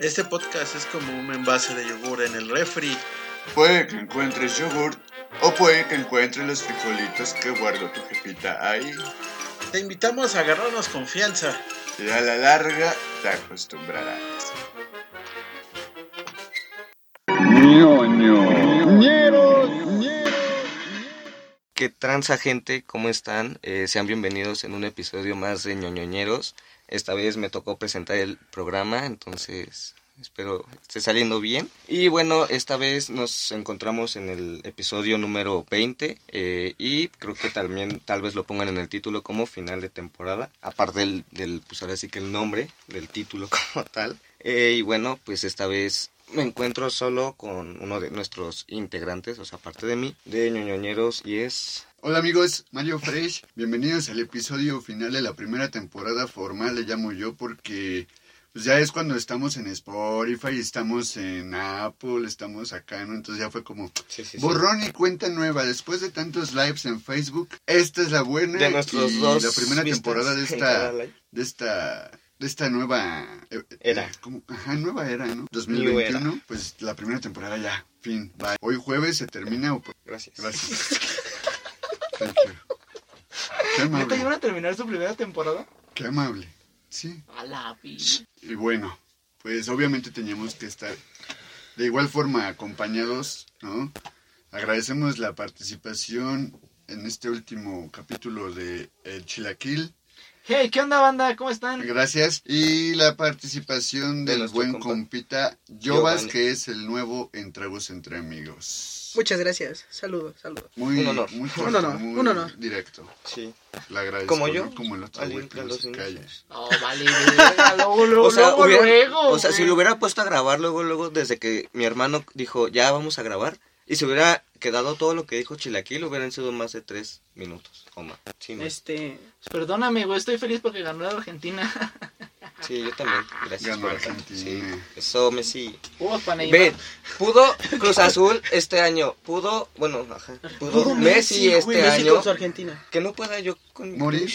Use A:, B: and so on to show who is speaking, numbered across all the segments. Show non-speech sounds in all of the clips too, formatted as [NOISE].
A: Este podcast es como un envase de yogur en el refri.
B: Puede que encuentres yogurt o puede que encuentres los frijolitos que guardó tu jefita ahí.
A: Te invitamos a agarrarnos confianza.
B: Y a la larga te acostumbrarás.
C: ¿Qué transa gente? ¿Cómo están? Eh, sean bienvenidos en un episodio más de ñoñoñeros. Esta vez me tocó presentar el programa, entonces espero esté saliendo bien. Y bueno, esta vez nos encontramos en el episodio número 20 eh, y creo que también tal vez lo pongan en el título como final de temporada, aparte del, del pues ahora sí que el nombre del título [LAUGHS] como tal. Eh, y bueno, pues esta vez me encuentro solo con uno de nuestros integrantes, o sea, aparte de mí, de ñoñoñeros y es...
B: Hola amigos, Pues, Mario Fresh, bienvenidos al episodio final de la primera temporada formal, le llamo yo porque pues ya es cuando estamos en Spotify, estamos en Apple, estamos acá, ¿no? Entonces ya fue como borrón y cuenta nueva, después de tantos lives en Facebook, esta es la buena
C: De nuestros
B: y
C: dos
B: la primera
C: vistas
B: temporada de
C: en
B: esta,
C: cada live.
B: de esta de esta nueva eh, eh,
C: Era.
B: como- ajá, nueva era, ¿no?
C: New era.
B: 2021, pues la primera temporada ya, fin, bye. Hoy jueves se termina o
C: Gracias. [LAUGHS]
B: Gracias. Thank you. Qué
D: ¿Neta iban
B: amable.
D: a terminar su primera temporada?
B: Qué amable. Sí.
D: A la vida.
B: Y bueno, pues obviamente teníamos que estar de igual forma acompañados, ¿no? Agradecemos la participación en este último capítulo de El Chilaquil.
D: Hey, ¿qué onda, banda? ¿Cómo están?
B: Gracias. Y la participación
C: De
B: del
C: nuestro
B: buen
C: compa-
B: compita Yobas,
C: Giovanni.
B: que es el nuevo en Tragos entre Amigos.
E: Muchas gracias. Saludos, saludos.
B: Muy,
C: Un honor.
B: muy
C: Un
B: corto,
E: honor,
B: muy
E: un honor.
B: directo.
C: Sí.
B: Le agradezco.
C: Como yo.
B: ¿no? Como el otro güey
C: alguien
B: que
C: a
B: no
C: los
B: se calla.
C: inicios.
D: No, [LAUGHS] vale, verga, luego, luego,
C: O sea,
D: luego,
C: hubiera-
D: luego,
C: o sea, si
D: güey.
C: lo hubiera puesto a grabar luego, luego, desde que mi hermano dijo, ya vamos a grabar, y se hubiera quedado todo lo que dijo Chilaquil, hubieran sido más de tres minutos, o más. Sí, más.
E: Este,
D: Perdóname, güey, estoy feliz porque ganó la Argentina. [LAUGHS]
C: Sí, yo también. Gracias
B: Ganó
C: por el dato. Sí,
B: Argentina.
C: eso, Messi.
D: Uf, para Neymar.
C: Ve, pudo Cruz Azul este año, pudo, bueno, ajá, pudo,
E: todo
C: Messi, este
E: güey, Messi
C: año.
E: con su Argentina.
C: Que no pueda yo con
B: Morir.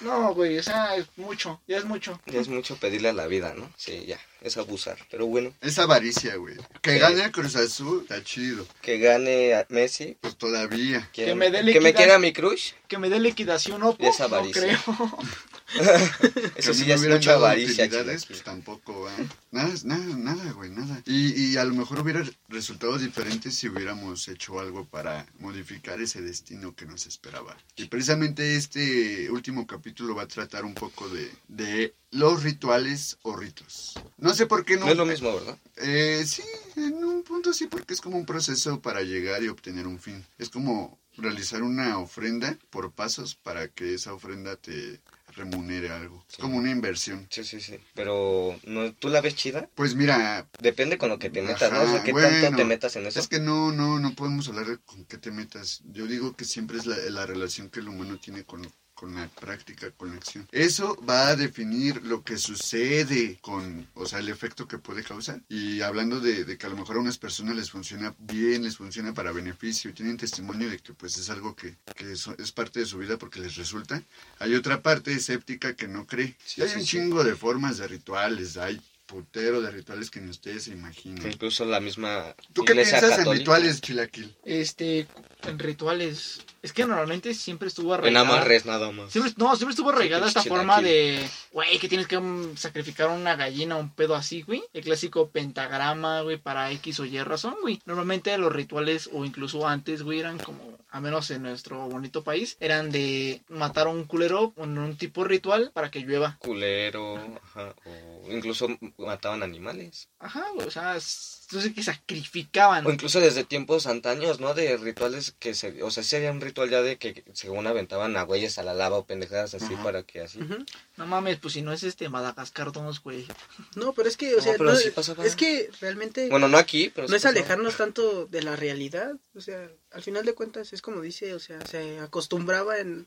D: No, güey, o sea, es mucho, ya es mucho.
C: Ya es mucho pedirle a la vida, ¿no? Sí, ya, es abusar. Pero bueno,
B: Es avaricia, güey. Que
C: Sí.
B: gane el Cruz Azul, está chido.
C: que gane a Messi.
B: Pues todavía.
C: Que,
D: Que me dé
C: que me
D: liquidez.
C: quiera mi [LAUGHS] crush.
D: Que me dé liquidación o
C: Ya es
D: no
C: avaricia.
D: creo. [LAUGHS]
C: Eso
B: Que a mí
C: sí,
B: me
C: ya es
B: hubieran
C: mucha
B: dado
C: avaricia.
B: utilidades,
C: chilaquil.
B: Pues tampoco, ¿eh? Nada, nada, nada, güey, nada. Y, y a lo mejor hubiera resultados diferentes si hubiéramos hecho algo para modificar ese destino que nos esperaba. Y precisamente este último capítulo va a tratar un poco de, de los rituales o ritos. No sé por qué no.
C: No es lo mismo, ¿verdad?
B: Eh, sí, en un punto sí, porque es como un proceso para llegar y obtener un fin. Es como realizar una ofrenda por pasos para que esa ofrenda te remunere algo. Es
C: Sí.
B: como una inversión.
C: Sí, sí, sí. Pero, ¿no, ¿tú la ves chida?
B: Pues mira,
C: Depende con lo que te metas, ¿no? O sea,
B: Ajá,
C: qué
B: bueno.
C: tanto te metas en eso.
B: es que no, no, no podemos hablar de con qué te metas. Yo digo que siempre es la, la relación que el humano tiene con, con la práctica, con la acción. Eso va a definir lo que sucede con, o sea, el efecto que puede causar. Y hablando de, de que a lo mejor a unas personas les funciona bien, les funciona para beneficio, y tienen testimonio de que pues es algo que, que es, es parte de su vida porque les resulta. Hay otra parte escéptica que no cree.
C: Sí,
B: hay
C: sí,
B: un
C: sí.
B: chingo de formas, de rituales, hay putero de rituales que ni ustedes se imaginan.
C: Incluso la misma
B: ¿Tú qué
C: iglesia
B: piensas en
C: católica.
B: rituales, Chilaquil?
D: Este, en rituales. Es que normalmente siempre estuvo
C: En
D: arraigada.
C: amarres nada más.
D: Siempre, no, siempre estuvo arraigada
C: pinche
D: esta forma
C: chilaquil.
D: de, güey, que tienes que mm, sacrificar una gallina o un pedo así, güey. El clásico pentagrama, güey, para X o Y razón, güey. Normalmente los rituales, o incluso antes, güey, eran como, a menos en nuestro bonito país, eran de matar a un culero en un tipo ritual para que llueva.
C: culero, ajá, o incluso mataban animales.
D: Ajá, güey, o sea, es- entonces que sacrificaban.
C: O incluso desde tiempos antaños, ¿no? De rituales que se... O sea, sí había un ritual ya de que según aventaban a güeyes a la lava o pendejadas así
B: Ajá.
C: para que así...
E: Ujú.
D: No mames, pues si no es este Madagascar 2, güey.
E: No, pero es que, o
C: No,
E: sea,
C: pero
E: no-
C: sí pasaba.
E: es que realmente
C: Bueno, no aquí, pero...
E: no
C: sí
E: es
C: pasaba.
E: alejarnos tanto de la realidad, o sea, al final de cuentas es como dice, o sea, se acostumbraba en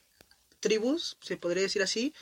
E: tribus, se podría decir así,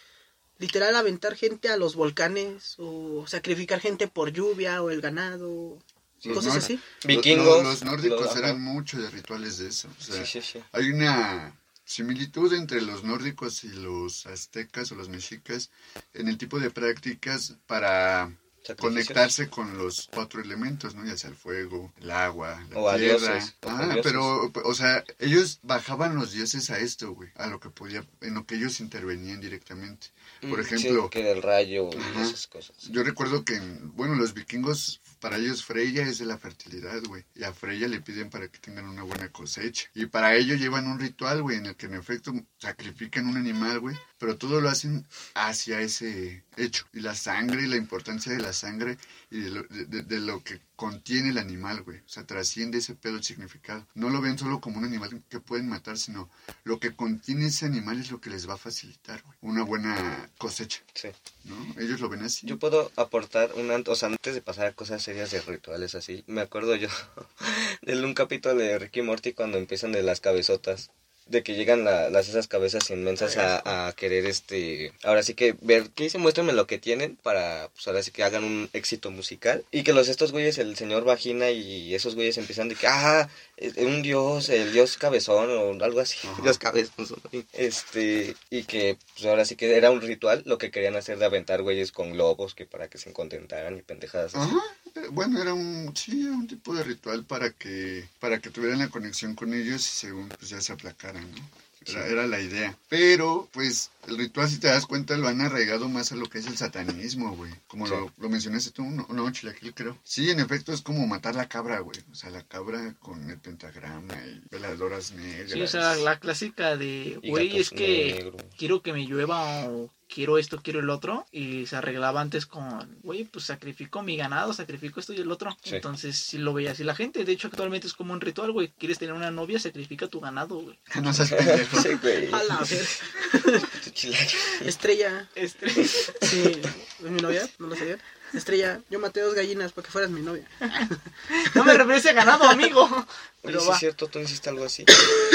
E: literal aventar gente a los volcanes o sacrificar gente por lluvia o el ganado,
B: Los
E: cosas
B: nor-
E: así.
C: Vikingos.
B: Los, los nórdicos
C: los- ajá.
B: eran mucho de rituales de eso. O sea,
C: Sí, sí, sí.
B: Hay una similitud entre los nórdicos y los aztecas o los mexicas en el tipo de prácticas para conectarse con los cuatro elementos, ¿no? Ya sea el fuego, el agua, la
C: O a
B: tierra.
C: dioses, o
B: Ah,
C: a dioses.
B: pero, o sea, ellos bajaban los dioses a esto, güey, a lo que podía, en lo que ellos intervenían directamente. Por
C: Mm, sí,
B: ejemplo,
C: que el rayo y
B: Ajá.
C: esas cosas.
B: yo recuerdo que, en- bueno, los vikingos, para ellos Freya es de la fertilidad, güey. Y a Freya le piden para que tengan una buena cosecha. Y para ello llevan un ritual, güey, en el que en efecto sacrifican un animal, güey. Pero todo lo hacen hacia ese hecho. Y la sangre, y la importancia de la sangre y de lo, de- de- de lo que contiene el animal, güey. O sea, trasciende ese pedo el significado. No lo ven solo como un animal que pueden matar, sino lo que contiene ese animal es lo que les va a facilitar, güey. Una buena cosecha,
C: Sí.
B: ¿no? Ellos lo ven así.
C: Pues, Yo puedo aportar un antes, o sea, antes de pasar a cosas serias de rituales así, me acuerdo yo [LAUGHS] de un capítulo de Ricky Morty cuando empiezan de las cabezotas, de que llegan la- las esas cabezas inmensas a, a querer este, ahora sí que ver qué se muéstrenme lo que tienen para, pues ahora sí que hagan un éxito musical y que los estos güeyes, el señor vagina y esos güeyes empiezan de que, ah, es- un dios, el dios cabezón o algo así,
B: Ajá.
C: dios cabezón, sí. este, y que pues ahora sí que era un ritual lo que querían hacer de aventar güeyes con globos que para que se contentaran y pendejadas así.
B: Ajá. eh, Bueno, era un, sí, era un tipo de ritual para que, para que tuvieran la conexión con ellos y según pues ya se aplacaran, ¿no? Era, era la idea. Pero, pues, el ritual, si te das cuenta, lo han arraigado más a lo que es el satanismo, güey. Como
C: Sí.
B: lo, lo mencionaste tú, no, no, Chilaquil, creo. Sí, en efecto, es como matar la cabra, güey. O sea, la cabra con el pentagrama y veladoras negras.
D: Sí, o sea, la clásica de,
C: Y
D: güey, es
C: gatos
D: que
C: negros.
D: quiero que me llueva o quiero esto, quiero el otro. Y se arreglaba antes con, güey, pues sacrifico mi ganado, sacrifico esto y el otro.
C: Sí.
D: Entonces, si lo veía así la gente. De hecho, actualmente es como un ritual, güey. Quieres tener una novia, sacrifica tu ganado, güey.
B: [LAUGHS] No seas pendejo.
C: Sí,
D: [LAUGHS]
C: güey.
E: A [LAUGHS] la ver.
C: Tu chilaquil.
E: Estrella.
D: Este,
E: Sí. ¿Es mi novia? ¿No lo sabían? Estrella, yo maté dos gallinas para que fueras mi novia.
D: [LAUGHS] no me refieres a ganado, amigo.
C: Oye,
D: Pero
C: sí
D: va.
C: es cierto, tú no hiciste algo
D: [COUGHS]
C: así.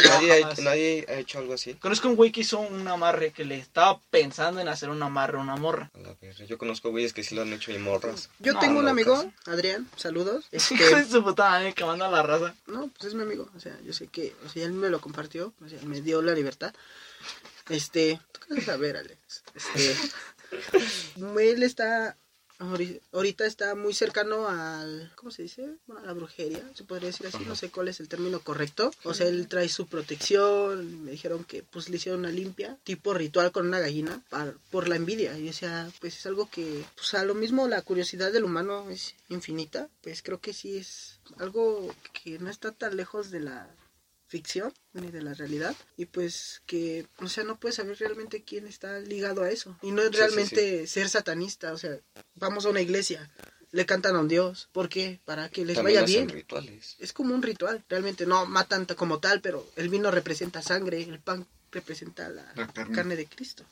C: nadie, ha,
D: jamás.
C: nadie ha hecho algo así.
D: Conozco un güey que hizo un amarre, que le estaba pensando en hacer un amarre a una morra.
C: A la verga, Yo conozco güeyes que sí lo han hecho y morras.
E: Yo
D: No, pues.
E: tengo un
C: locas.
E: amigo, Adrián,
D: [LAUGHS]
E: saludos.
D: Hijo de
E: Este,
D: su puta madre, que manda a la raza.
E: no, pues es mi amigo. O sea, yo sé que, o sea, él me lo compartió, o sea, me dio la libertad. Este, tú qué vas a saber, Alex.
D: [LAUGHS]
E: Este, él está, ahori- ahorita está muy cercano al, ¿cómo se dice? Bueno, a la brujería, se podría decir así, no sé cuál es el término correcto. O sea, él trae su protección, me dijeron que pues le hicieron una limpia, tipo ritual con una gallina, par- por la envidia. Y yo decía, pues es algo que, pues a lo mismo la curiosidad del humano es infinita, pues creo que sí es algo que no está tan lejos de la ficción ni de la realidad y pues que o sea no puedes saber realmente quién está ligado a eso y no es
C: Sí, sí,
E: realmente ser satanista o sea vamos a una iglesia le cantan a un dios ¿por qué? para que les
C: También
E: vaya
C: hacen
E: bien
C: rituales.
E: es como un ritual realmente no matan t- como tal pero el vino representa sangre el pan representa la,
B: La carne.
E: carne. de Cristo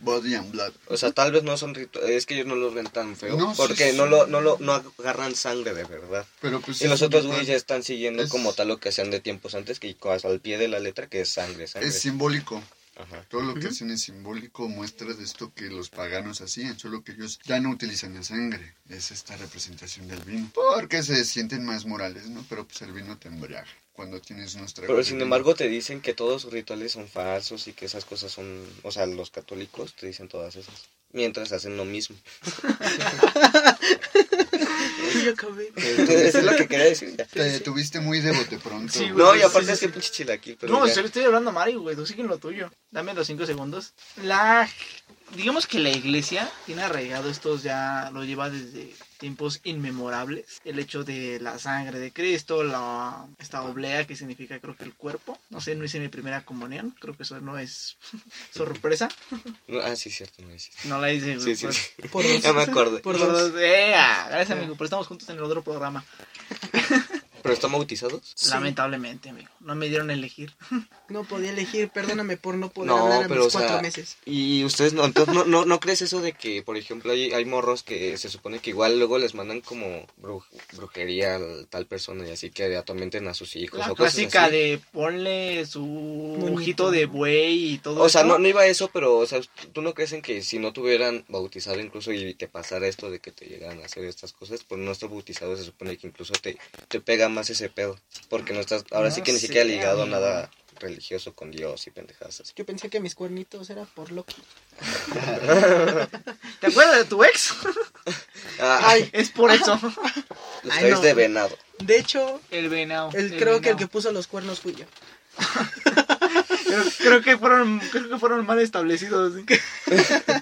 B: Body and blood.
C: O sea, tal vez no son rituales. Es que ellos no lo ven tan feo.
B: No, sí,
C: porque
B: sí.
C: no, lo, no, lo, no agarran sangre de verdad.
B: Pero pues...
C: y
B: es
C: los
B: un
C: otros
B: ritual.
C: güeyes ya están siguiendo
B: Es-
C: como tal lo que hacían de tiempos antes, que co- al pie de la letra, que es sangre, sangre.
B: Es simbólico.
C: Ajá.
B: Todo lo que hacen es simbólico, muestra de esto que los paganos hacían, solo que ellos ya no utilizan la sangre. Es esta representación del vino. Porque se sienten más morales, ¿no? Pero pues el vino te embriaga cuando tienes unos tragos.
C: Pero
B: de
C: sin
B: vino.
C: embargo te dicen que todos sus rituales son falsos y que esas cosas son... O sea, los católicos te dicen todas esas. Mientras hacen lo mismo.
E: Y yo acabé.
C: [LAUGHS] Entonces, es lo que quería decir. ya.
B: Te detuviste muy de bote pronto.
D: Sí,
B: güey.
C: No,
D: güey,
C: y
D: sí,
C: aparte
D: sí,
C: es que
D: sí.
C: pinche chilaquil. Pero
D: No,
C: ya.
D: en serio estoy hablando a Mario, güey. Tú sigue en lo tuyo. Dame los cinco segundos. La. Digamos que la iglesia tiene arraigado estos ya, lo lleva desde tiempos inmemorables. El hecho de la sangre de Cristo, la, esta oblea que significa creo que el cuerpo. No sé, no hice mi primera comunión, creo que eso no es [LAUGHS] sorpresa.
C: No, ah, sí, cierto, no hiciste.
D: No la hice,
C: Sí,
D: güey.
C: sí,
D: pues,
C: sí.
E: por
C: [LAUGHS]
E: dos.
C: Ya me acordé.
D: por
E: por dos.
D: dos- ¡Ea! Gracias, amigo, pero estamos juntos en el otro programa.
C: ¿Pero están bautizados?
E: Sí.
D: Lamentablemente, amigo. No me dieron a elegir.
E: no podía elegir perdóname por no poder
C: No,
E: hablar a
C: pero,
E: mis
C: o sea,
E: cuatro meses
C: Y ustedes no, entonces no, no, no crees eso de que, por ejemplo, hay, hay morros que se supone que igual luego les mandan como bru- brujería a tal persona y así que atormenten a sus hijos.
D: La
C: o cosas
D: clásica
C: así?
D: de ponle su
E: Bonito.
D: ojito de buey y todo
C: O sea,
D: esto.
C: no, no iba a eso, pero, o sea, ¿tú no crees en que si no te hubieran bautizado incluso y te pasara esto de que te llegaran a hacer estas cosas, por no estar bautizado se supone que incluso te, te pega más ese pedo? Porque no estás, ahora
D: No
C: sí que ni
D: sé,
C: siquiera ligado a
D: amigo.
C: nada religioso con Dios y pendejadas así.
E: yo pensé que mis cuernitos era por Loki [LAUGHS]
D: ¿Te acuerdas de tu ex?
C: Ah,
E: Ay,
D: Es por eso.
C: los
E: ay,
C: traes
E: no.
C: de venado.
E: de hecho,
D: El venado.
E: el, creo que el que
D: venado.
E: puso los cuernos fui yo.
D: Creo, creo que fueron, creo que fueron mal establecidos. ¿sí?
C: [LAUGHS]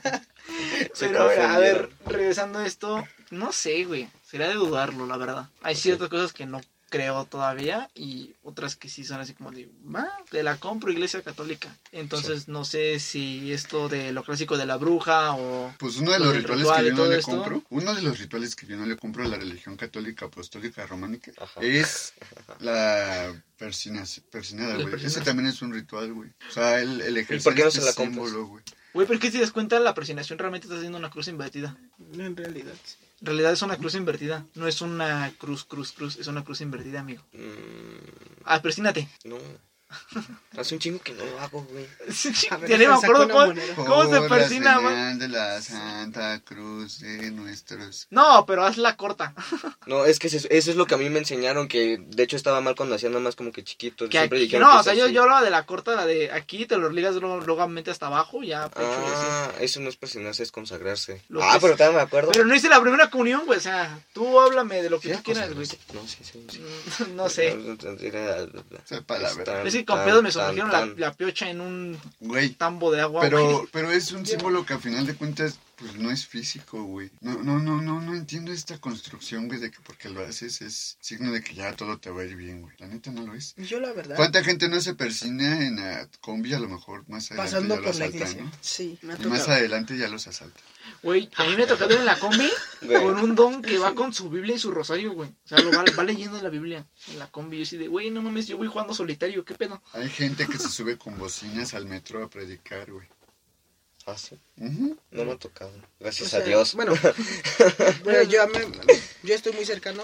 C: Se
D: Pero a ver, a ver,
C: confundieron.
D: regresando a esto, no sé, güey. Sería de dudarlo, la verdad. Hay ciertas cosas que no creo todavía y otras que sí son así como de, va, te la compro, iglesia católica. Entonces, no sé si esto de lo clásico de la bruja o.
B: Pues uno de
D: Lo
B: los
D: del
B: rituales
D: ritual
B: que
D: y
B: yo
D: todo
B: no le
D: esto.
B: compro, uno de los rituales que yo no le compro a la religión católica apostólica románica
C: Ajá. [LAUGHS]
B: es la persina, persinada,
D: La
B: güey.
D: persinada.
B: Ese también es un ritual, güey. O sea, el, el ejercicio
C: por qué no
B: este
C: se la compras?
B: símbolo, güey.
D: Güey, pero es que si te das cuenta, la presentación realmente está haciendo una cruz invertida.
E: En realidad. sí.
D: En realidad es una cruz invertida. No es una cruz, cruz, cruz. Es una cruz invertida, amigo.
C: Mm,
D: Ah, persínate. [LAUGHS]
C: no. Hace un chingo que no lo hago, güey.
E: A ver,
D: ya ni me
E: saca
D: acuerdo
E: una
D: cuál-
E: moneda.
D: ¿Cómo se
B: Por
D: persina,
B: la
D: güey?
B: señal de la Santa Cruz de nuestros...
D: No, pero hazla corta.
C: No, es que se- eso es lo que a mí me enseñaron, que de hecho estaba mal cuando hacía nada más como que chiquito.
D: Que
C: siempre
D: aquí-
C: dijeron
D: no,
C: que
D: o sea,
C: es
D: yo,
C: así.
D: yo hablaba de la corta, la de aquí, te lo ligas luego, logamente hasta abajo, ya pecho y así.
C: Ah, eso no es presionarse, es consagrarse.
D: Lo
C: ah,
D: que
C: pero
D: es-
C: también me acuerdo.
D: Pero no hice la primera comunión, güey, o sea, tú háblame de lo que
C: ¿Sí era
D: tú quieras, güey.
C: consagrarse? pues, No, sí, sí, sí.
D: Mm, [LAUGHS] No sé.
B: Sepa la verdad.
D: Es que con pedos me sumergieron la, la piocha en un
B: Güey,
D: tambo de agua. Ah, güey.
B: pero, pero es un símbolo que a final de cuentas, pues no es físico, güey. No, no, no, no, no entiendo esta construcción, güey, de que porque lo haces es signo de que ya todo te va a ir bien, güey. La neta no lo es.
E: Yo la verdad,
B: ¿Cuánta gente no se persina en la combi? A lo mejor más adelante
E: pasando
B: ya lo
E: por la
B: asaltan,
E: iglesia.
B: ¿no?
E: Sí, me ha
B: Y más
E: tocado.
B: adelante ya los asaltan.
D: Güey, a mí me tocó en la combi
C: Güey.
D: con un don que va con su Biblia y su rosario, güey. O sea, lo va, va leyendo en la Biblia, en la combi. Yo así de, güey, no mames, yo voy jugando solitario, ¿qué pedo?
B: Hay gente que se sube con bocinas al metro a predicar, güey.
C: Ah, sí.
B: Ujú.
C: No
D: Mm.
C: me ha tocado. Gracias
E: O sea,
C: a Dios. [LAUGHS]
E: Bueno, bueno, yo, me- yo estoy muy cercano.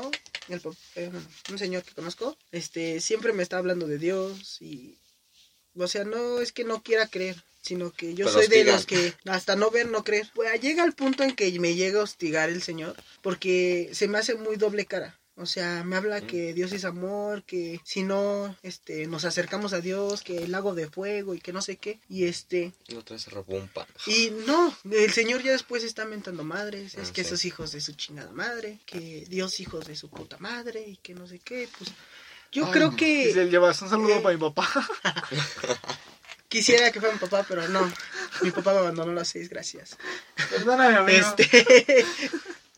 E: el pa- eh, bueno, un señor que conozco, este, siempre me está hablando de Dios y, o sea, no es que no quiera creer, sino que yo
C: Pero
E: soy de
C: hostigan.
E: los que hasta no ver no creer. Pues, llega el punto en que me llega a hostigar el señor porque se me hace muy doble cara. O sea, me habla
C: Mm.
E: que Dios es amor, que si no, este, nos acercamos a Dios, que el lago de fuego y que no sé qué. Y este,
C: La otra vez se robó un pan.
E: y no, el señor ya después está mentando madres, es
C: Ah,
E: que
C: sí.
E: esos hijos de su chingada madre, que Dios hijos de su puta madre y que no sé qué, pues yo
B: Ay,
E: creo
B: no.
D: Y
E: que
D: se llevas un saludo para mi papá.
E: quisiera que fuera mi papá, pero no, mi papá me abandonó a las seis, gracias.
D: [LAUGHS] Perdóname,
C: Ah,
D: amigo.
E: Este,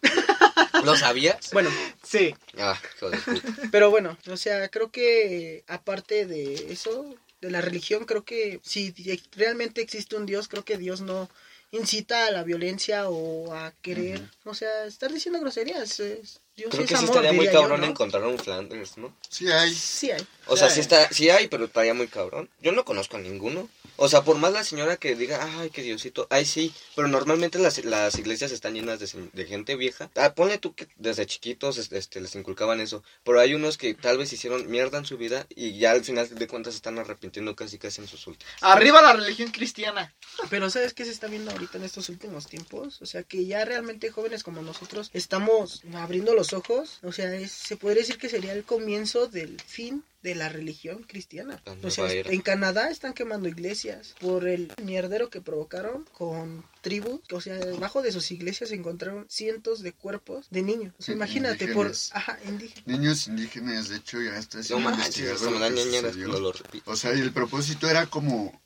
E: [LAUGHS]
C: ¿Lo sabías?
E: bueno,
D: Sí.
C: Ah, hijo de puta.
E: pero bueno, o sea, creo que aparte de eso, de la religión, creo que si realmente existe un Dios, creo que Dios no incita a la violencia o a querer, o sea, estar diciendo groserías, es- Dios
C: Creo
E: es
C: que sí
E: amor,
C: estaría muy
E: diría yo,
C: cabrón
E: ¿no?
C: encontrar un Flanders, ¿no?
B: Sí hay.
E: Sí hay.
C: O sea,
D: Sí.
C: sí, está, sí hay, pero estaría muy cabrón. Yo no conozco a ninguno. O sea, por más la señora que diga, ay, que Diosito, ay, sí. Pero normalmente las, las iglesias están llenas de, se- de gente vieja. Ah, ponle tú que desde chiquitos este, este, les inculcaban eso. Pero hay unos que tal vez hicieron mierda en su vida y ya al final de cuentas se están arrepintiendo casi casi en sus últimas.
D: Arriba la religión cristiana.
E: Pero ¿sabes qué se está viendo ahorita en estos últimos tiempos? O sea, que ya realmente jóvenes como nosotros estamos abriendo los ojos. O sea, es- se podría decir que sería el comienzo del fin de la religión cristiana.
C: La
E: O sea,
C: nueva era.
E: en Canadá están quemando iglesias por el mierdero que provocaron con tribu. O sea, debajo de sus iglesias se encontraron cientos de cuerpos de niños. O sea,
B: Sí,
E: imagínate
B: indígenas.
E: por... Ajá, indígenas.
B: Niños indígenas, de hecho, ya está
C: No
B: siendo
C: manches,
B: investigado
C: hasta Ah, me
B: lo
C: dan
B: que
C: ñañeras
B: sucedió.
C: cuando lo repito.
B: O sea, y el propósito era como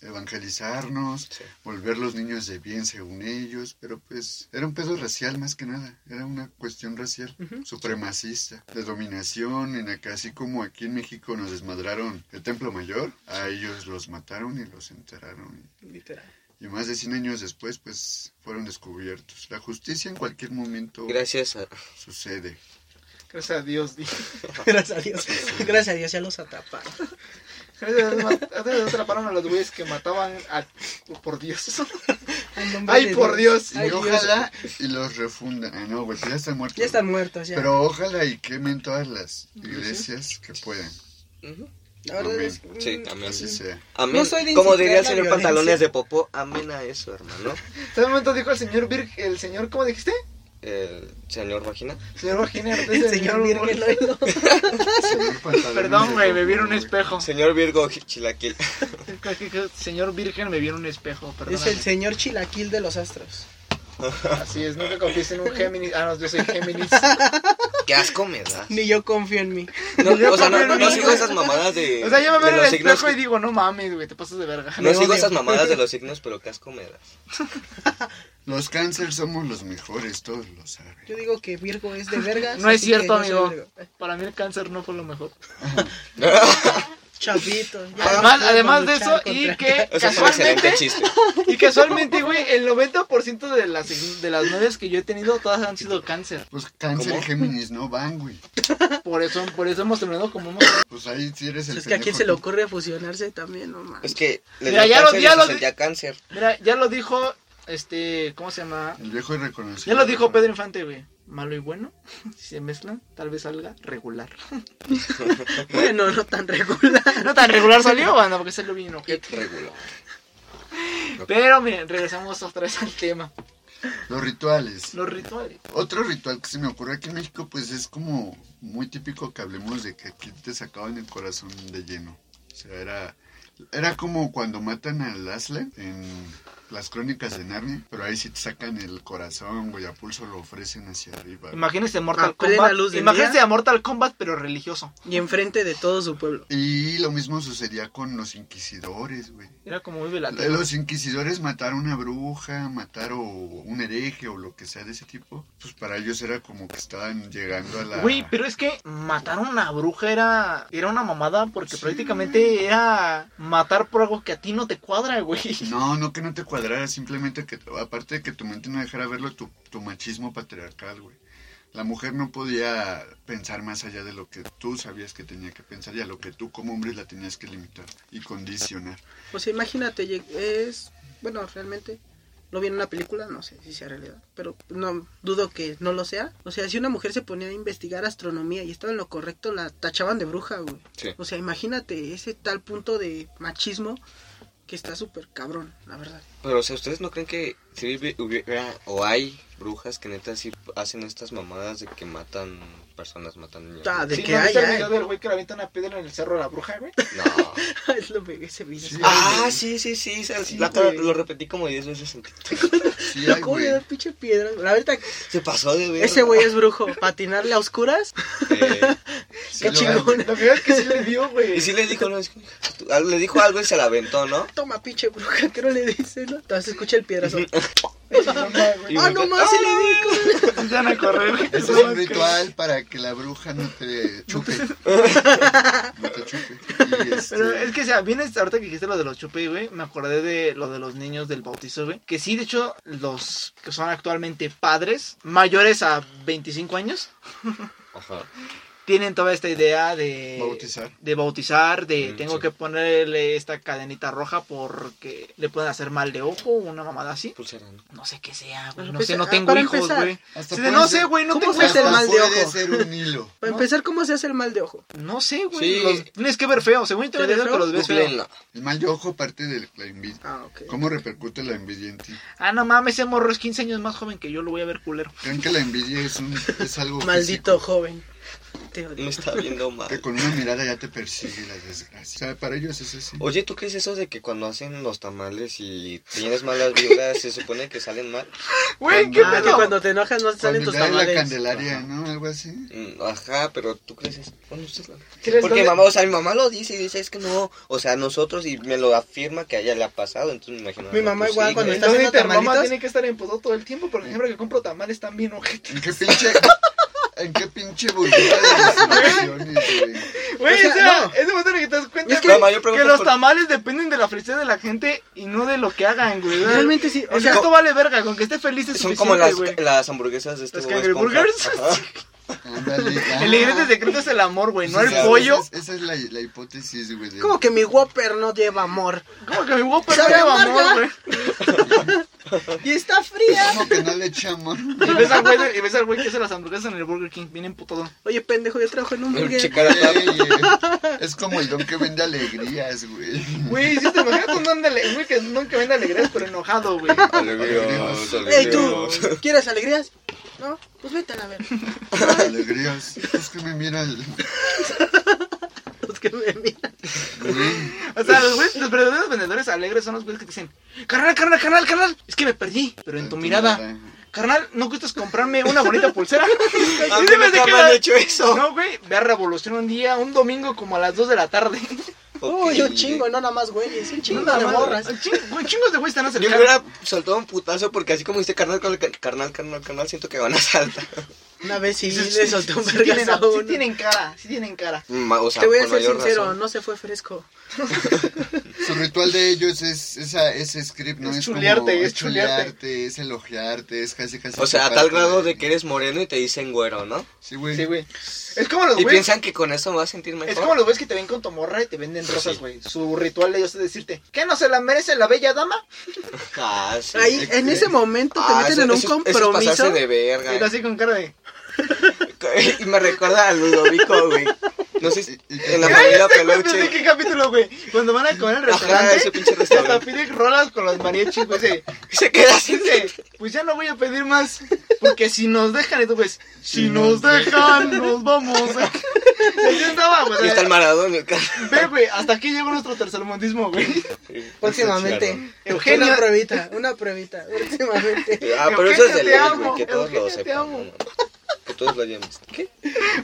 B: evangelizarnos,
C: Sí.
B: volver los niños de bien según ellos, pero pues era un pedo racial más que nada, era una cuestión racial,
E: Ujú.
B: supremacista, de dominación, en acá, así como aquí en México nos desmadraron el Templo Mayor, a ellos los mataron y los enterraron.
E: Literal. [LAUGHS]
B: Y más de 100 años después, pues fueron descubiertos. La justicia en cualquier momento
C: Gracias a...
B: sucede.
D: Gracias a Dios, [LAUGHS] di.
E: Gracias a Dios. Gracias a Dios ya los ataparon.
D: Gracias a Dios mat- gracias a Dios atraparon a los güeyes que mataban a... oh, Por Dios. [LAUGHS]
E: En nombre
D: Ay,
E: de
D: por Dios.
B: Y
E: Ay, Dios.
B: ojalá y los refundan. Ah, no, güey, ya están muertos.
E: Ya están muertos ya.
B: Pero ojalá y quemen todas las iglesias que puedan.
C: Ujú.
E: La verdad es
B: Amén.
E: que-
C: Sí, amén.
E: [LAUGHS]
B: Así sea.
C: Amén.
E: Mm, No soy de
C: Como
E: incitar
C: diría el
E: la
C: señor
E: violencia.
C: Pantalones de Popó, amén a eso, hermano.
D: En un momento dijo el señor Vir... El señor, ¿cómo dijiste?
C: El señor Vagina.
D: Señor Vagina.
E: [LAUGHS] El señor Virgen Oilo.
B: Señor Pantalones
D: Perdón,
B: de
D: güey,
B: Popó,
D: me vieron un
B: güey.
D: espejo.
C: Señor Virgo Chilaquil.
D: Señor Virgen me vieron un espejo, perdón.
E: Es el señor Chilaquil de los astros.
D: Así es, nunca confíes [LAUGHS] en un Géminis. Ah, no, yo soy [LAUGHS] Géminis.
C: Qué asco me da.
E: Ni yo confío en mí. [LAUGHS]
C: No,
D: Yo
C: o sea, no,
D: también
C: no
D: no.
C: sigo esas mamadas de.
D: O sea, yo me
C: de
D: veo en
C: los
D: el
C: signos
D: espejo y
C: que-
D: digo, no mames, güey, te pasas de verga. [LAUGHS]
C: No
E: Me
C: sigo
E: odio.
C: esas mamadas de los signos, pero qué asco me da.
B: Los cáncer somos los mejores, todos lo
E: Yo
B: saben.
E: digo que Virgo es de vergas.
D: No es
E: así
D: cierto,
E: que yo soy
D: amigo.
E: Virgo. Ay,
D: Para mí el cáncer no fue lo mejor.
E: Chavito. ya
D: Además,
E: no puedo
D: además de eso,
E: luchar
D: y
E: contra- [LAUGHS]
D: que
C: O sea, es un excelente
D: casualmente,
C: chiste.
D: y casualmente, güey, el 90% de las, de las novias que yo he tenido, todas han sido cáncer.
B: Pues cáncer
C: ¿Cómo?
B: y Géminis no van, güey.
D: Por eso, por eso hemos terminado como hemos
B: Pues ahí sí eres el
E: Es que a quién
B: pendejo
E: se le
B: tú.
E: ocurre fusionarse también, no mames.
C: Es que le
D: Mira,
C: dio
D: ya lo-
C: cáncer y
D: ya
C: se
D: lo-
C: sentía cáncer.
D: Mira, ya lo dijo, este, ¿cómo se llama?
B: El viejo es reconocido.
D: Ya lo dijo Pedro Infante, güey. Malo y bueno, [LAUGHS] si se mezclan, tal vez salga regular.
E: Bueno, no tan regular.
D: No tan regular salió, banda, porque salió bien ojete.
C: Regular.
D: Pero miren, regresamos otra vez al tema.
B: Los rituales.
D: Los rituales.
B: Otro ritual que se me ocurre aquí en México, pues es como muy típico que hablemos de que aquí te sacaban el corazón de lleno. O sea, era, era como cuando matan al Aslan en las crónicas de Narnia, pero ahí sí te sacan el corazón, güey, a pulso lo ofrecen hacia arriba. güey.
D: Imagínense Mortal
E: A plena
D: Kombat.
E: Ah, luz del
D: Imagínense
E: día.
D: a Mortal Kombat, pero religioso.
E: Y enfrente de todo su pueblo.
B: Y lo mismo sucedía con los inquisidores, güey.
D: Era como muy velado.
B: Los inquisidores matar a una bruja, matar o un hereje o lo que sea de ese tipo, pues para ellos era como que estaban llegando a la...
D: Güey, pero es que matar a una bruja era, era una mamada porque
B: Sí.
D: prácticamente era matar por algo que a ti no te cuadra, güey.
B: No, no que no te cuadrara, simplemente que aparte de que tu mente no dejara verlo tu, tu machismo patriarcal, güey. La mujer no podía pensar más allá de lo que tú sabías que tenía que pensar y a lo que tú como hombre la tenías que limitar y condicionar.
E: O sea, imagínate, lleg- es. Bueno, realmente. Lo vi en una película, no sé si sea realidad. Pero no dudo que no lo sea. O sea, si una mujer se ponía a investigar astronomía y estaba en lo correcto, la tachaban de bruja, güey.
C: Sí.
E: O sea, imagínate ese tal punto de machismo que está súper cabrón, la verdad.
C: Pero, o sea, ¿ustedes no creen que si hubiera o hay brujas que neta sí hacen estas mamadas de que matan personas, matan niños?
E: Ah, de
D: [LAUGHS] Sí,
E: que
D: ¿no
E: hay,
D: viste el
E: hay.
D: video del güey que le avienta una piedra en el cerro a la bruja, güey? [LAUGHS]
C: No.
E: [LAUGHS] es lo que ese video.
B: Sí.
C: Ah, sí, sí, sí. se-
D: Sí,
C: la cara-
D: güey.
C: lo repetí como 10 veces. en TikTok.
B: Sí,
E: Lo
B: ay,
E: acabo
B: güey.
E: de dar pinche piedra. La verdad,
C: Se pasó de ver.
E: ese güey es brujo. Patinarle a oscuras.
B: Sí,
E: Qué
B: lo
E: chingón.
D: Lo peor es que sí le dio,
C: Eh, y
D: güey.
C: sí le dijo, no, es que- "Ah, tú- al- le dijo algo y se la aventó, ¿no?
E: Toma, pinche bruja, que no le dice, ¿no? Entonces escucha el piedrazo.
C: Y
E: ¡Ah,
C: me-
E: no mames!
D: [LAUGHS] Ya no correr.
B: Es un ritual para que la bruja no te chupe. No te chupe. Y este,
D: Pero es que, o sea, vienes, ahorita que dijiste lo de los chupe, güey, me acordé de lo de los niños del bautizo, güey. Que sí, de hecho, los que son actualmente padres, mayores a 25 años,
C: Ajá.
D: tienen toda esta idea de...
B: Bautizar.
D: De bautizar, de
C: Mm,
D: tengo
C: sí.
D: que ponerle esta cadenita roja porque le pueden hacer mal de ojo o una mamada así.
C: Pulsera, ¿no?
D: No sé qué sea, güey.
E: Para
D: No sé,
E: empezar-
D: no
E: ah,
D: tengo
E: para
D: hijos,
E: empezar,
D: güey.
B: hasta
D: Sí, de,
B: puede
D: No
B: ser-
D: sé, güey, no
E: ¿cómo
D: tengo
E: se hace
D: hijos.
E: el mal de
B: puede
E: ojo?
B: ser un hilo.
E: Para empezar, ¿cómo se hace el mal de ojo?
D: No sé, güey.
C: Sí.
D: los- Tienes que ver feo. Según te
E: ¿Te ves
D: que
E: feo?
D: los ves feo.
C: Googleenla.
B: El mal de ojo parte de la envidia.
E: Ah, ok.
B: ¿Cómo repercute la envidia en ti?
D: Ah, no mames, ese morro es 15 años más joven que yo, lo voy a ver culero.
B: ¿Creen que la envidia es, un, es algo
E: Maldito joven. Te
C: Me
E: odio.
C: está viendo
B: físico?
C: mal.
B: Que con una mirada ya te persigue la desgracia. O sea, para ellos es así.
C: Oye, ¿tú crees eso de que cuando hacen los tamales y tienes malas vibras, se supone que salen mal?
D: Güey, ¿qué
B: ¿qué
E: Ah, que
B: pedo?
D: pedo?
E: cuando te enojas no te salen tus
B: Candelaria, la
E: tamales.
B: Candelaria,
C: Ajá.
B: ¿no? Algo así.
C: Mm, Ajá, pero tú crees eso. Bueno, usted la-
E: Pues
C: Porque mamá, o sea, mi mamá lo dice y dice, es que no, o sea, nosotros y me lo afirma que a ella le ha pasado, entonces me imagino.
E: Mi
C: no,
E: mamá
C: pues
E: igual
C: sí,
E: cuando
C: güey.
E: está haciendo
D: mamá
E: tamalitos.
D: tiene que estar en puto todo el tiempo porque siempre que compro tamales también ojete.
B: ¿En qué pinche, en qué pinche burbuja de las emociones, güey?
D: Güey, o
E: O sea,
D: sea,
E: no.
D: es de momento en el que te das cuenta
E: Es que-
D: güey,
C: Mamá, yo
D: que,
C: pregunto
D: los
C: por-
D: tamales dependen de la felicidad de la gente y no de lo que hagan, güey.
E: Realmente sí. O
D: O
E: sea,
D: esto vale verga, con que esté feliz es
C: Son
D: suficiente,
C: como las,
D: güey.
C: las hamburguesas de este
D: Las
C: Bob
D: Cangre
C: Esponja.
D: Burgers. [LAUGHS]
E: [LAUGHS]
C: Ajá.
B: Ándale. ah.
D: El ingrediente secreto es el amor, güey, no el
B: Esa-
D: pollo.
B: Esa, esa es la, la hipótesis, güey. de-
E: como que mi Whopper no lleva amor.
D: Como que mi Whopper
E: Sabe
D: lleva
E: amarga.
D: amor, [LAUGHS] güey.
E: Y está fría.
B: Como que no le echamos.
D: Y ves al güey, y ves al güey que hace las hamburguesas en el Burger King, bien emputado.
E: Oye, pendejo, yo trabajo en un
C: El
E: burger. [LAUGHS]
C: Chicara Tap.
B: Ey, eh, es como el don que vende alegrías, güey.
D: Güey, si te imaginas un don de ale- güey que nunca vende alegrías, pero enojado, güey.
C: Alegrías,
E: Ey, tú,
C: alegrías.
E: ¿quieres alegrías? No, pues vete a la ver.
B: Alegrías. Es que me mira el.
E: Los que me miran.
B: güey.
D: O
C: [LAUGHS]
D: sea, los, güeyes- los verdaderos vendedores alegres son los güeyes que te dicen, carnal, carnal, carnal, carnal, es que me perdí, pero en tu mirada carnal, ¿no gustas comprarme una
C: [LAUGHS]
D: bonita pulsera? [LAUGHS]
C: A
D: y
C: mí
D: se
C: nunca
D: me hace
C: me
D: que
C: han
D: la-
C: hecho eso.
D: No, güey, ve a Revolución un día, un domingo como a las 2 de
C: [LAUGHS]
D: la tarde.
E: [LAUGHS] Uy,
C: Ok.
E: un chingo, no nada más, güey. Es un chingo
D: Nada
E: de
D: más,
E: morras.
D: un chingo- güey, chingos de güey están
C: Yo me
D: acercando.
C: hubiera soltado un putazo porque así como dice carnal, carnal, carnal, carnal, carnal, siento que van a saltar.
E: Una vez sí,
D: Sí, sí,
E: le solté un
D: sí
E: vergazo
D: tienen-
E: a
D: sí
E: uno.
D: tienen cara, sí tienen cara.
C: Mm, Ma- O sea,
E: Te voy a
C: con
E: ser
C: mayor
E: sincero,
C: razón.
E: no se fue fresco.
B: Su ritual de ellos es esa, ese script, ¿no?
D: Es
B: Es,
D: chulearte,
B: como,
D: es
B: es chulearte, es elogiarte, es casi casi.
C: O sea, a tal
B: tocarte
C: grado de
B: ahí.
C: que eres moreno y te dicen güero, ¿no?
B: Sí, güey.
D: Sí, güey. Es como los
C: Y
D: güeyes.
C: piensan que con eso me vas a sentir mejor.
D: Es como los güeyes que te ven con tu morra y te venden rosas,
C: Sí.
D: güey. Su ritual de ellos es decirte, ¿qué no se la merece la bella dama?
C: Ah, sí.
E: Ahí,
B: ¿qué
E: en ese
B: crees?
E: momento te
C: Ah,
E: meten
C: eso-
E: en un
C: eso- eso es
E: compromiso.
C: pasarse de
D: Y tú
C: verga.
D: así con cara de,
C: [LAUGHS] Y me recuerda a Ludovico, güey. No sé, si-
B: Y- y-
C: en la
B: ¡Ay,
C: familia
D: "Este güey, [LAUGHS] pensé,
C: peluche.
D: qué capítulo, güey? Cuando van a comer al
C: Ajá,
D: restaurante,
C: ese pinche
D: hasta
C: restaurante.
D: [LAUGHS] piden rolas con los mariachis, güey. Dice,
C: Se queda así.
D: dice, pues ya no voy a pedir más, porque si nos dejan, y tú pues, si nos dejan, nos vamos. Y así andaba, güey.
C: Y está el Maradona. el ca-
D: Ve, güey, hasta aquí llegó nuestro tercermundismo, güey.
E: Próximamente.
D: Eugenio-
E: Una pruebita, una pruebita. [LAUGHS] Próximamente.
C: Ah, pero eso es de
D: Eugenio, te
C: ley,
D: amo,
C: güey, que todos
D: Eugenio,
C: lo
D: te
C: sepan.
D: amo.
C: no, no. Que todos lo hayan visto. ¿Qué?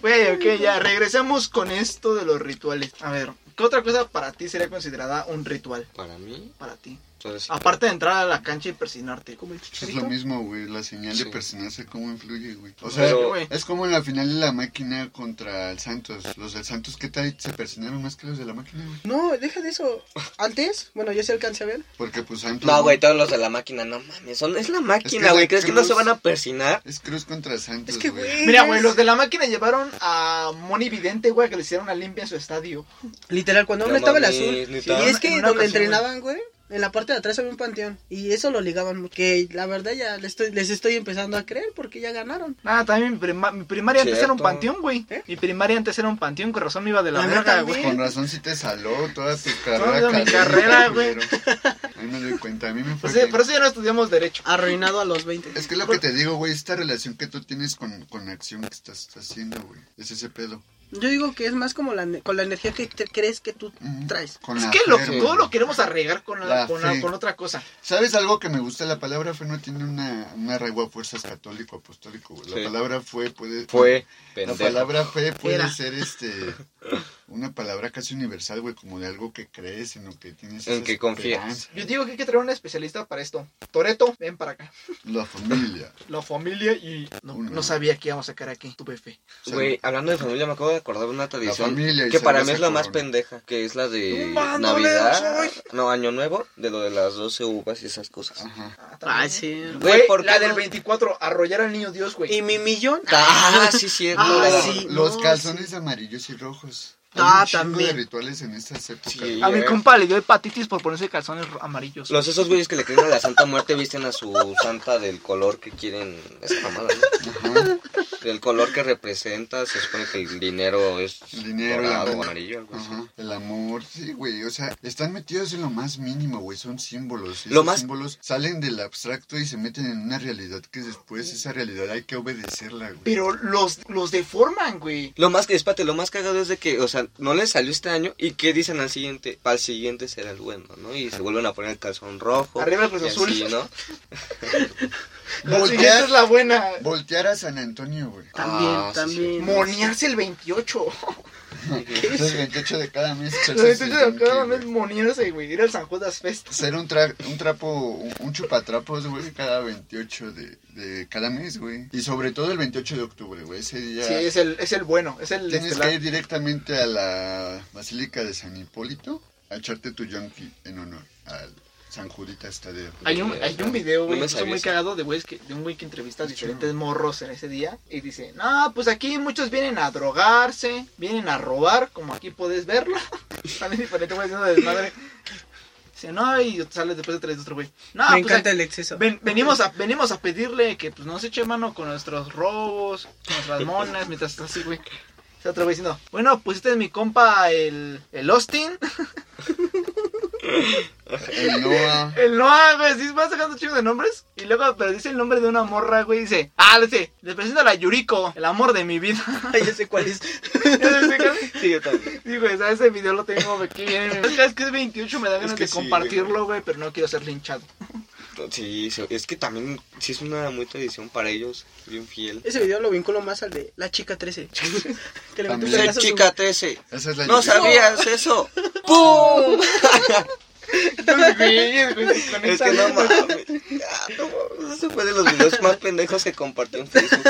D: Güey, ok, ya, regresamos con esto de los rituales. A ver, ¿qué otra cosa para ti sería considerada un ritual?
C: Para mí,
D: Para ti.
C: entonces,
D: Aparte de entrar a la cancha y persinarte, como el
B: Pues Es lo
D: chicharito.
B: mismo, güey, la señal
C: Sí.
B: de personaje, cómo influye, güey. O sea,
C: Pero-
D: güey.
B: es como en la final de la máquina contra el Santos. Los del Santos, ¿qué tal? Se persinaron más que los de la máquina, güey.
E: No, deja de eso. Antes, bueno, yo sí alcancé a ver.
B: Porque, pues, Santos.
C: No, güey, todos los de la máquina, no mames, son, es la máquina,
B: la
C: güey, ¿crees que no
B: cruz-
C: se van a persinar?
B: Es Cruz contra Santos.
E: Es que, güey.
D: Mira, güey,
E: es-
D: los de la máquina llevaron a Moni Vidente, güey, que le hicieron una limpia en su estadio.
E: Literal, cuando aún
C: No
E: estaba el
C: mames,
E: azul.
C: neta.
E: Y es
D: En
E: que
D: una
E: donde
D: ocasión,
E: entrenaban, güey, en la parte de atrás había un panteón. Y eso lo ligaban mucho. Que la verdad ya le estoy- les estoy empezando a creer porque ya ganaron.
D: Nada, también mi, prima- mi primaria antes era un
C: Cierto.
D: panteón, güey.
E: ¿Eh?
D: Mi primaria antes era un panteón, con razón me iba de la
E: A mí
D: verga,
E: también.
D: güey. [LAUGHS]
B: Con razón sí te saló toda tu
D: Toda
B: carrera.
D: mi
B: cabrón,
D: carrera, güey.
B: culero. A mí me doy cuenta, a mí me fue
D: O sea, Pues,
B: bien.
D: eh, por eso ya no estudiamos derecho.
E: Arruinado a los 20.
B: Es que lo que te digo, güey, esta relación que tú tienes con, con la acción que estás haciendo, güey. Es ese pedo.
E: Yo digo que es más como la, ne- con la energía que te crees que tú
B: Ujú.
E: traes.
B: Con
D: Es
B: la
D: que lo,
B: fe,
D: todo
B: güey.
D: lo queremos arreglar con, la-
B: La
D: con, la-
B: fe.
D: con otra cosa.
B: ¿Sabes algo que me gusta? La palabra fue no tiene una, una raigua fuerzas católico apostólico. güey. La
C: Sí.
B: palabra fue puede
C: Fue,
B: la
C: pendejo.
B: palabra fe puede
D: Era.
B: ser este una palabra casi universal, güey, como de algo que crees en lo que tienes
C: En
B: esa
C: que confías.
B: esperanza.
D: Yo digo que hay que traer un especialista para esto. Toreto, ven para acá.
B: La familia.
D: La familia y... No,
B: Una.
D: no sabía que íbamos a sacar aquí. Tuve fe.
C: Güey, hablando de familia, me acabo de acordar de una tradición
B: familia y
C: que para mí
B: cerveza
C: es la más
B: Corona.
C: pendeja, que es la de
D: Un bandolero
C: Navidad,
D: soy.
C: no, Año Nuevo, de lo de las 12 uvas y esas cosas.
B: Ajá.
D: Ah,
E: Ay,
D: también.
E: sí.
D: Güey,
C: Güey, ¿por
D: la
C: qué
D: del
C: no?
D: 24, arrollar al niño Dios, güey.
E: Y mi millón.
C: Ah, sí,
B: [LAUGHS]
C: cierto.
E: Ah,
B: Los-
E: sí,
B: los
E: no,
B: calzones amarillos y rojos. Hay
E: Ah,
B: un chingo
E: también.
B: de rituales en estas épocas.
C: Sí.
D: A mi
C: eh.
D: compa le dio hepatitis por ponerse calzones ro- amarillos.
C: Los esos güeyes que le creen a la Santa Muerte visten a su santa del color que quieren, esa mamada, ¿no?
B: Ajá.
C: Del color que representa, se supone que el dinero es
B: El dinero, la
C: dorado o
B: banda.
C: amarillo, algo así.
B: Ajá. Pues, El amor, sí, güey. O sea, están metidos en lo más mínimo, güey. Son símbolos. y
C: Lo
B: esos
C: más-
B: símbolos salen del abstracto y se meten en una realidad que después esa realidad hay que obedecerla, güey.
D: Pero los, los deforman, güey.
C: Lo más que, espérate, lo más cagado es de que, o sea, no les salió este año y que dicen al siguiente, para el siguiente será el bueno, ¿no? Y se vuelven a poner el calzón rojo.
D: Arriba el Cruz
C: y
D: Azul.
C: así, ¿no?
D: La
B: Voltear.
D: siguiente es la buena.
B: Voltear a San Antonio, güey.
E: También,
C: Ah, sí,
E: también.
D: Monearse el 28.
B: Los 28 de cada mes.
D: El
B: echarse
D: 28 de
B: su
D: cada
B: yunque,
D: mes
B: güey.
D: monearse, güey. Ir al San Judas Fest.
B: Ser un, tra- un trapo, un- un chupatrapos, güey, cada 28 de, de cada mes, güey. Y sobre todo el 28 de octubre, güey. Ese día
D: Sí, es el, es el bueno. Es el
B: tienes
D: estelar.
B: que ir directamente a la Basílica de San Hipólito a echarte tu yonki en honor al San Juditas Tadeo.
D: Hay un, hay un video,
C: No
D: güey,
C: me
D: que está
C: sabía
D: muy
C: eso.
D: cagado de, güeyes que, de un güey que entrevista a diferentes morros en ese día y dice, no, pues aquí muchos vienen a drogarse, vienen a robar, como aquí puedes verlo. [LAUGHS] Sale diferente güey haciendo desmadre. Dice, no, y sale después de tres otro güey. No,
E: Me
D: pues
E: encanta
D: aquí-
E: el exceso.
D: ven- venimos, a, venimos a pedirle que pues, nos eche mano con nuestros robos, con [LAUGHS] nuestras monas, mientras está así, güey. Está otro güey diciendo, bueno, pues este es mi compa, el, el [LAUGHS] Austin.
B: El Noah.
D: El Noah, güey, sí, va sacando chingos de nombres. Y luego, pero dice el nombre de una morra, güey, dice, ah, le dice, les presento a la Yuriko, el amor de mi vida. [LAUGHS]
E: Ay, [LAUGHS] ya sé cuál es.
C: Sí, yo también.
D: Sí, güey, o sea, ese video [LAUGHS] lo tengo aquí bien. Cada vez eh, que es 28 me da ganas
C: que
D: de
C: sí,
D: [LAUGHS] compartirlo, güey, pero no quiero ser linchado.
C: Sí, se- es que también sí es una muy tradición para ellos, bien fiel.
E: [LAUGHS] Ese video lo vinculo más al de la chica 13. [LAUGHS] que le mete un
B: También.
C: Esa
E: vergazo a su-
C: chica 13.
B: Esa es la
C: No
B: lluvia.
C: sabías eso. ¡Pum!
D: Los güeyes, güey, con
C: Es
D: esa-
C: que no mames. Ah, no mames, Ese fue de los videos más pendejos que compartió en Facebook.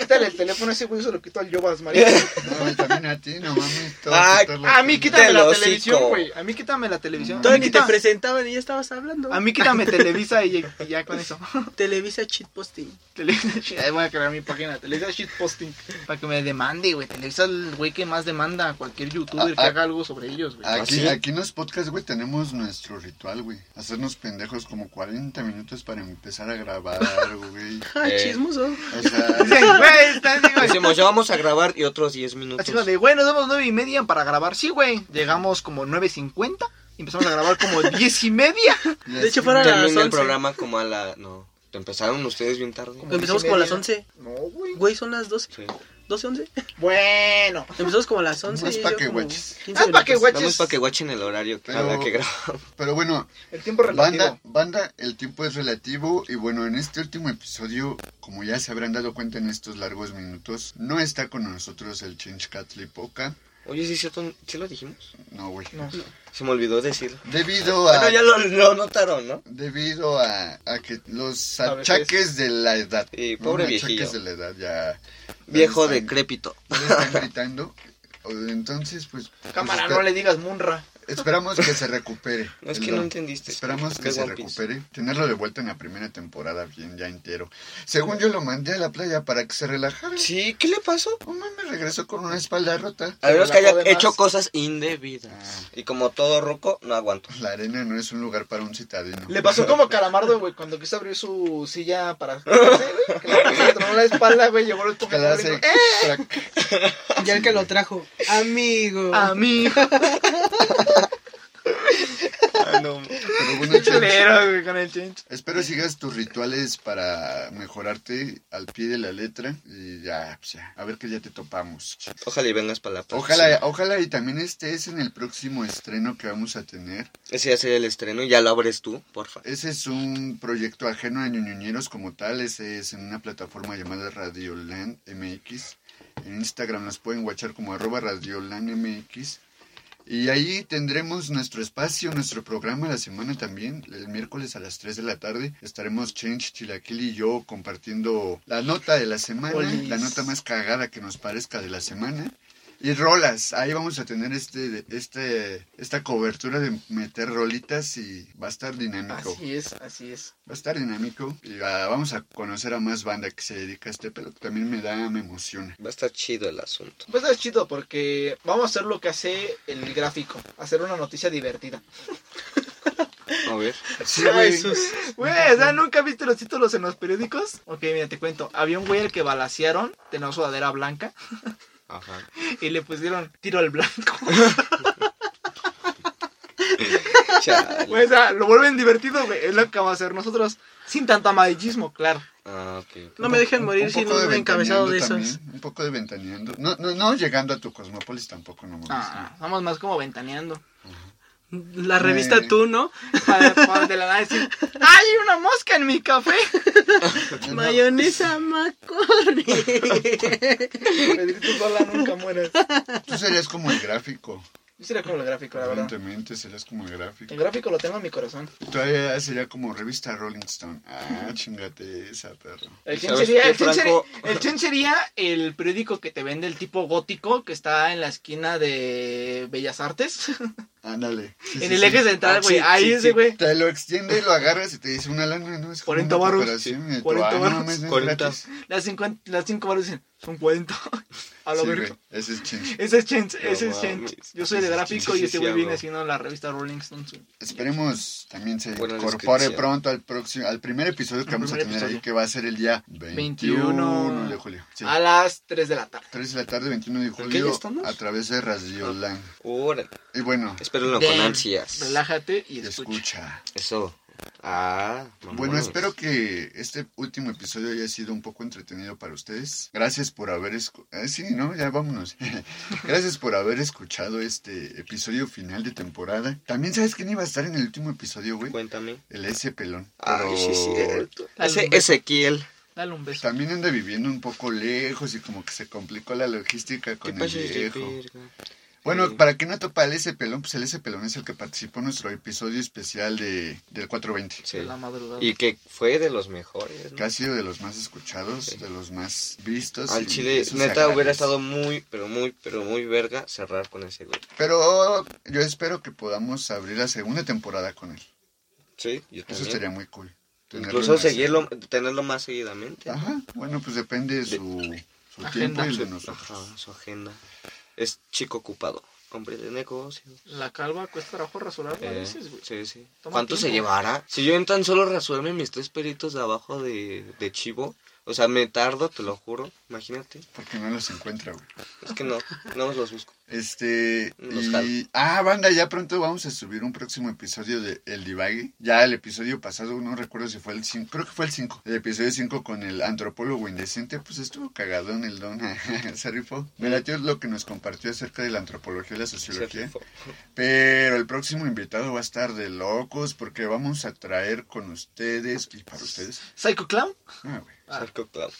D: Quítale el teléfono a ese güey, se lo quito al Yobas, marido. [LAUGHS]
B: No, y también a ti, no mames. te voy
C: Ah,
B: quitar la
D: A mí
B: pena.
D: quítame la
C: Del hocico.
D: televisión, güey. A mí quítame la televisión. A mí,
E: Todavía ni te
D: quítame,
E: presentaban y ya estabas hablando.
D: a mí quítame Televisa y, y ya con eso. [LAUGHS]
E: Televisa cheatposting.
D: Televisa Shit- Ahí voy a crear mi página, Televisa Shitposting. Para que me demande, güey. Televisa es el güey que más demanda a cualquier youtuber que
B: Ah, ah.
D: haga algo sobre ellos, güey.
B: Aquí,
C: ¿Ah, sí?
B: aquí en los podcasts, güey, tenemos nuestro ritual, güey. Hacernos pendejos como 40 minutos para empezar a grabar, güey.
E: [LAUGHS] Ah,
C: Eh.
E: chismoso.
B: O sea,
D: [LAUGHS] Sí, güey, está así, güey.
C: Decimos, ya vamos a grabar y otros 10 minutos.
D: Así como de, güey, nos damos nueve y media para grabar. Sí, güey. Llegamos como 9.50 y empezamos a grabar como diez y media.
B: y
E: De hecho,
B: así,
E: fuera a las
C: Termina
E: 11.
C: el programa como a la. No. Empezaron ustedes bien tarde.
D: Como
E: Pues Empezamos
D: diez y
E: como a las
D: media.
E: 11.
D: No, güey.
E: Güey, son las 12.
C: Sí.
E: 12, 11.
D: Bueno.
E: Empezamos como a las 11.
B: Más
E: y
B: pa'
E: yo
B: que
E: como
B: guaches.
E: 15
D: Ah, para que
E: minutos.
D: guaches.
C: Vamos para que guachen el horario que
B: Pero-
C: habrá que [LAUGHS] grabar.
B: Pero bueno,
D: El tiempo relativo.
B: Banda, banda, el tiempo es relativo y bueno, en este último episodio, como ya se habrán dado cuenta en estos largos minutos, no está con nosotros el Chinchcatlipoca.
C: Oye, sí, es cierto, sí lo dijimos. Ah.
B: No, güey.
D: No.
C: Se me olvidó decirlo.
B: Debido a...
C: Bueno, ya lo, lo notaron, ¿no?
B: Debido a, a que los
D: A veces.
B: achaques de la edad.
C: Sí, pobre
B: Los achaques
C: viejillo.
B: de la edad ya...
C: Viejo
B: de
C: decrépito.
B: Están gritando. Entonces, pues...
D: Cámara,
B: espe-
D: no le digas munra.
B: Esperamos que se recupere.
C: No es
B: El
C: que no
B: don.
D: Este,
C: entendiste.
B: Esperamos que
C: Es
B: se
C: One Piece.
B: recupere. Tenerlo de vuelta en la primera temporada bien ya entero. Según yo lo mandé a la playa para que se relajara.
C: Sí, ¿qué le pasó?
B: Oh, me regresó con una espalda rota.
C: A menos
D: Se
C: que haya
D: relajó de
C: hecho
D: más.
C: cosas indebidas. Ah. Y como todo roco, no aguanto.
B: La arena no es un lugar para un citadino.
D: Le pasó como a Calamardo, güey, cuando quiso abrir su silla para. Que la cosa le tronó la espalda, güey, llegó el
B: Que
D: Pokémon. y
B: la hace
D: dijo, ¡Eh,
B: crack.
E: Ya el que lo trajo. Amigo.
D: "Eh, amigo!
B: Pero bueno,
D: [LAUGHS] ¡Qué
B: Chen,
D: chulero, güey, con el change!
B: espero sigas tus rituales para mejorarte al pie de la letra. Y ya, pues ya. A ver que ya te topamos.
C: Ojalá y vengas para la próxima.
B: Ojalá, ojalá y también estés en el próximo estreno que vamos a tener.
C: Ese ya sería el estreno y ya lo abres tú, porfa.
B: Ese es un proyecto ajeno a Ñoñoñeros como tal. Ese es en una plataforma llamada Radioland MX. En Instagram nos pueden guachar como arroba Radioland MX. Y ahí tendremos nuestro espacio, nuestro programa la semana también. El miércoles a las 3 de la tarde estaremos Change Chilaquil y yo compartiendo la nota de la semana,
D: Olis.
B: la nota más cagada que nos parezca de la semana. Y rolas, ahí vamos a tener este, este, esta cobertura de meter rolitas y va a estar dinámico.
D: Así es, así es.
B: Va a estar dinámico y ah, vamos a conocer a más banda que se dedica a este pelo, que también me da, me emociona.
C: Va a estar chido el asunto.
D: Pues es chido porque vamos a hacer lo que hace el gráfico: hacer una noticia divertida.
C: A ver.
B: Sí,
E: Ay,
B: güey.
E: sus-
D: Güey, o sea, ¿nunca viste los títulos en los periódicos? Ok, mira, te cuento. Había un güey al que balasearon, tenía una sudadera blanca,
C: Ajá.
D: y le pusieron tiro al blanco.
C: Chale.
D: Güey, o sea, lo vuelven divertido, güey. Es lo que vamos a hacer nosotros, sin tanto amarillismo, claro.
C: Ah, ok.
E: No me dejen
B: Un-
E: morir
B: un
E: sin
B: poco
E: un encabezado de
B: ventaneando
E: esos.
B: también, Un poco de ventaneando. No, no, no llegando a tu Cosmópolis tampoco, no mames.
D: Ah, vamos más como ventaneando.
E: La revista
B: Eh.
E: tú, ¿no?
D: Para, para de la nada decir, ¡hay una mosca en mi café!
B: No,
E: Mayonesa
B: [LAUGHS]
E: McCormick.
D: Pedrito sola nunca mueres.
B: Tú serías como el gráfico.
E: [LAUGHS]
D: Yo sería como el gráfico, la verdad.
B: Aparentemente serías como el gráfico.
D: El gráfico lo tengo en mi corazón.
B: Todavía sería como revista Rolling Stone.
E: [LAUGHS]
B: Ah, chingate esa, perro.
D: El Chen
C: ¿Sabes
D: sería,
C: qué,
D: el, Chen sería-
C: Franco?
D: el Chen sería el periódico que te vende el tipo gótico que está en la esquina de Bellas Artes.
B: Ándale. Sí,
D: en
B: sí,
D: el
B: sí.
D: eje central,
C: Ah,
D: güey.
C: sí,
D: ahí
C: sí,
D: ese,
C: sí.
D: güey.
B: Te lo extiende, lo agarras y te dice una lana, ¿no? Es como
D: 40
B: una
D: varos.
B: cooperación, y tú,
D: 40
B: ah, no
D: varos.
B: mames, no es
C: 40.
B: gratis.
D: Las, 50, las cinco barras dicen, son 40. [LAUGHS] A lo
B: Sí,
D: verga.
B: güey, ese es chinche.
D: Ese es Chen,
C: No
D: ese es Chen.
C: mames.
D: Yo soy de gráfico
C: Sí,
D: y
C: sí,
D: ese
C: sí,
D: güey
C: a
D: viene
C: huevo.
D: haciendo la revista Rolling Stones. güey.
B: Esperemos también se
C: Buena
B: incorpore
C: descripción.
B: pronto al próximo, al primer episodio que
D: Al
B: vamos a
D: primer
B: tener ahí,
D: episodio.
B: que va a ser el día 21,
D: 21
B: de julio. Sí,
D: A las 3 de la tarde.
B: 3 de la tarde, 21 de
C: qué ya
B: julio,
C: estamos?
B: a través de
D: Ah.
B: Radioland.
C: Órale.
B: Y bueno,
C: Espérenlo
D: Ven,
C: con ansias.
D: Relájate y escucha.
B: escucha.
C: Eso. Ah,
B: Bueno,
C: vámonos.
B: espero que este último episodio haya sido un poco entretenido para ustedes. Gracias por haber escuchado. Sí, ¿no? Ya vámonos. [LAUGHS] Gracias por haber escuchado este episodio final de temporada. También sabes quién iba a estar en el último episodio, güey.
C: Cuéntame.
B: El S pelón.
C: Ay, sí,
B: Pero
C: cierto. Ese
D: Dale.
C: Ezequiel.
D: Dale un beso.
B: También anda viviendo un poco lejos y como que se complicó la logística
C: ¿Qué
B: con el
C: pasa este
B: viejo.
C: verga?
B: Bueno,
C: Sí.
B: para que no topa el S pelón, pues el S pelón es el que participó en nuestro episodio especial de, del 420.
C: Sí.
D: De la madrugada.
C: Y que fue de los mejores. ¿no?
B: que ha sido de los más escuchados,
C: Sí.
B: de los más vistos.
C: Al
B: y
C: chile,
B: eso se
C: neta, hubiera
B: agradece.
C: estado muy, pero muy, pero muy verga cerrar con ese güey.
B: Pero yo espero que podamos abrir la segunda temporada con él.
C: Sí, yo
B: Eso estaría muy cool. Tenerlo
C: Incluso
B: en la-
C: seguirlo, tenerlo más seguidamente.
B: Ajá, bueno, pues depende de su, su tiempo y el de nosotros.
C: Ajá, su agenda. Es chico ocupado. Hombre de negocios.
D: La calva cuesta trabajo rasurarla a
C: Eh,
D: veces, güey.
C: sí, sí.
D: Toma
C: ¿Cuánto se
D: tiempo.
C: llevará? Si yo en tan solo rasurarme mis tres peritos de abajo de, de chivo, o sea, me tardo, te lo juro, imagínate.
B: Porque no los encuentra, güey.
C: Es que no, no los busco.
B: Este.
C: Los
B: y-
C: jalo.
B: Ah, banda, ya pronto vamos a subir un próximo episodio de El Divague. Ya el episodio pasado, no recuerdo si fue el 5, creo que fue el 5. El episodio 5 con el antropólogo indecente, pues estuvo cagado en el don. [LAUGHS] Se rifó. Me latió lo que nos compartió acerca de la antropología y la sociología. Pero el próximo invitado va a estar de locos porque vamos a traer con ustedes y para ustedes.
D: Psycho Clown.
B: Ah, güey.
C: Sarco Clown.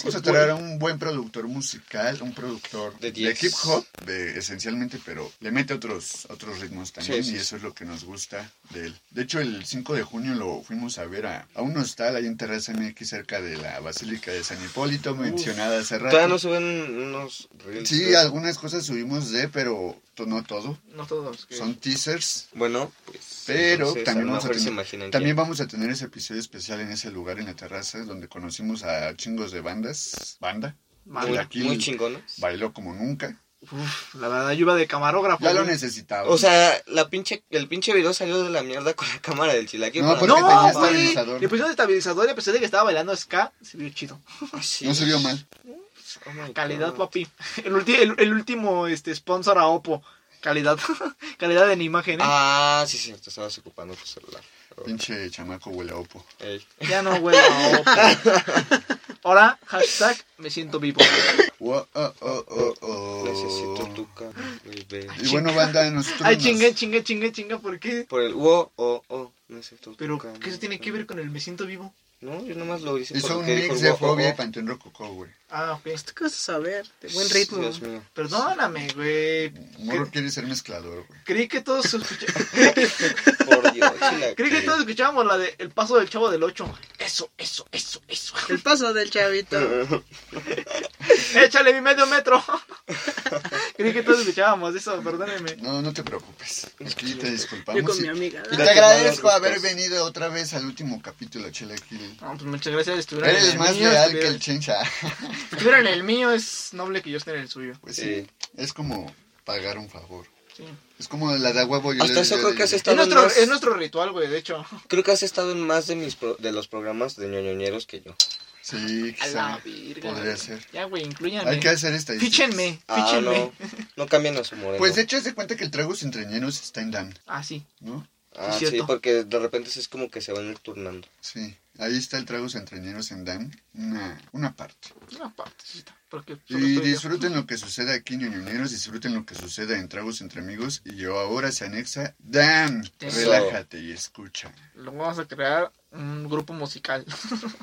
B: Vamos a traer a un buen productor musical, un productor
C: De
B: de,
C: jazz.
B: hip hop, de- esencialmente, pero le mete otros, otros ritmos también
C: Sí, sí,
B: y eso es lo que nos gusta de él. De hecho, el 5 de junio lo fuimos a ver a, a un hostal ahí en Terraza MX cerca de la Basílica de San Hipólito, mencionada hace rato.
C: Todavía no suben unos reels.
B: Sí,
C: ¿no?
B: algunas cosas subimos de, pero to- no todo.
D: No todos. que-
B: Son teasers.
C: Bueno, pues.
B: Pero
C: entonces,
B: también
C: a lo
B: vamos a
C: mejor se
B: tener-
C: imaginan
B: También
C: quién.
B: vamos a tener ese episodio especial en ese lugar, en la terraza, donde conocimos a chingos de bandas. Banda.
D: Madre.
B: Mira.
C: muy,
B: aquí-
C: muy chingones.
B: Bailó como nunca.
D: Uf, la verdad, yo iba de camarógrafo.
B: Ya lo
D: güey.
B: necesitaba.
C: O sea, la pinche, el pinche video salió de la mierda con la cámara del chilaquil.
B: No,
C: para-
B: porque tenía
D: no, güey.
B: estabilizador.
D: Le pusieron estabilizador y a pesar de que estaba bailando ska, se vio chido.
C: Ah, Sí.
B: no se vio mal.
C: Oh my
D: Calidad,
C: God.
D: papi. El, ulti- el, el último este, sponsor a Oppo. Calidad. [LAUGHS] Calidad en imagen, ¿eh?
C: Ah, sí, cierto, estabas ocupando tu celular.
B: Pinche chamaco huele a opo.
C: Ey.
D: Ya no, güey. a
C: [LAUGHS]
D: Oppo. Ahora, hashtag me siento vivo.
B: Ua- oh, oh, oh, oh.
C: Necesito tu cara, baby.
B: Y bueno, banda, nosotros.
D: Ay,
B: nos-
D: chinga, chinga, chinga, chinga, ¿por qué?
C: Por el wo, o, o. Necesito tu
D: Pero,
C: cara,
D: ¿qué eso tiene que ver con el me siento vivo?
C: No, yo nomás lo hice
B: Hizo un
C: porque dijo
B: mix
C: el
B: de
C: wo, o,
B: fobia y
C: o.
B: panteón rococó, güey.
D: Ah, ok.
E: ¿Tú qué vas a saber? De buen ritmo.
C: Dios mío.
D: Perdóname, güey.
B: Morro quiere ser mezclador, güey.
D: Creí que todos escucha- [LAUGHS]
C: Por Dios, chilaquil.
D: creí que todos escuchábamos la de El paso del chavo del 8. Eso, eso, eso, eso. [LAUGHS]
E: El paso del chavito.
D: Échale mi medio metro. [LAUGHS] Creí que todos escuchábamos eso, perdónenme.
B: No, no te preocupes. Aquí te disculpamos.
E: Yo con
B: y-
E: mi amiga.
B: y
E: Ah,
B: te agradezco haber venido otra vez al último capítulo, Chelequil.
D: No, pues muchas gracias. Estuvieron en
B: Eres
D: el
B: más
D: mío.
B: leal que el
D: estuvieron,
B: chencha.
D: [LAUGHS]
B: [LAUGHS]
D: estuvieron en el mío, es noble que yo esté en el suyo.
B: Pues sí,
C: Sí.
B: es como pagar un favor.
D: Sí.
B: Es como la de agua boy.
C: Hasta eso creo que has
D: Es,
C: estado en
D: nuestro,
C: más-
D: es nuestro ritual, güey, de
B: [LAUGHS]
D: hecho.
C: Creo que has estado en más de mis pro- de los programas de ñoñoñeros que yo.
B: Sí,
D: A la
B: quizá.
D: virga.
B: Podría ser.
D: Ya, güey, incluyanme.
B: Hay que hacer estadísticas.
D: Fíchenme,
C: Ah,
D: fíchenme.
C: no. No cambian a su moreno.
B: Pues de hecho, se cuenta que el trago sin treñeros está en Dan,
D: Ah, sí.
B: ¿no?
C: Ah,
D: es
C: sí,
D: cierto.
C: porque de repente sí es como que se van ir turnando.
B: Sí, ahí está el trago sin treñeros en Dan, una, una parte.
D: Una partecita. Porque solo
B: Y
D: estoy yo.
B: disfruten lo que suceda aquí, ñoñoneros, disfruten lo que suceda en Tragos Entre Amigos. Y yo ahora se anexa Dan,
D: Eso.
B: relájate y escucha.
D: Luego vamos a crear un grupo musical. [LAUGHS]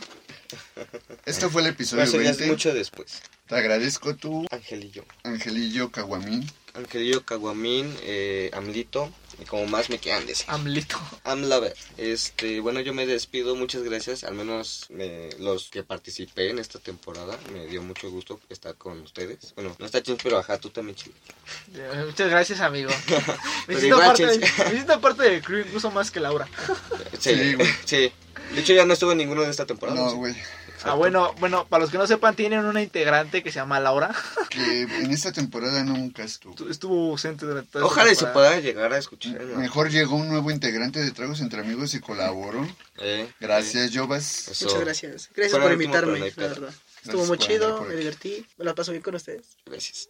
B: Este fue el
C: No
B: episodio
C: serías
B: 20.
C: mucho después.
B: Te agradezco tú,
C: Angelillo.
B: Angelillo Caguamín.
C: Angelillo Caguamín, eh, Amlito, y como más me quedan decir.
D: Amlito.
C: Amlaver. Este, bueno, yo me despido, muchas gracias. Al menos me- los que participé en esta temporada, me dio mucho gusto estar con ustedes. Bueno, no está ching, pero ajá, tú también ching.
D: Eh, Muchas gracias, amigo. Me
C: [LAUGHS] Pero
D: siento,
C: igual,
D: parte, de-
C: chis.
D: me siento parte del crew incluso más que Laura.
C: Sí,
B: Sí,
C: sí,
B: güey.
C: De hecho, ya no estuve en ninguno de esta temporada.
B: No,
C: sí.
B: güey.
D: Ah, bueno, bueno, para los que no sepan, tienen una integrante que se llama Laura.
B: Que en esta temporada nunca estuvo.
D: Estu- Estuvo ausente durante toda esta
C: Ojalá y se
D: temporada.
C: pueda llegar a escuchar. ¿no?
B: Mejor llegó un nuevo integrante de Tragos Entre Amigos y colaboró.
C: Eh,
B: Gracias,
C: eh,
B: Jovas.
C: eso.
E: Muchas gracias. Gracias
C: Fue el
E: por
C: último,
E: invitarme,
C: pero no hay
E: la
C: pedo.
E: verdad. Estuvo
B: Gracias
E: muy
B: por andar
E: chido,
B: por
E: me
B: aquí.
E: divertí, me la paso bien con ustedes. [LAUGHS]
C: eh, [LAUGHS] Gracias.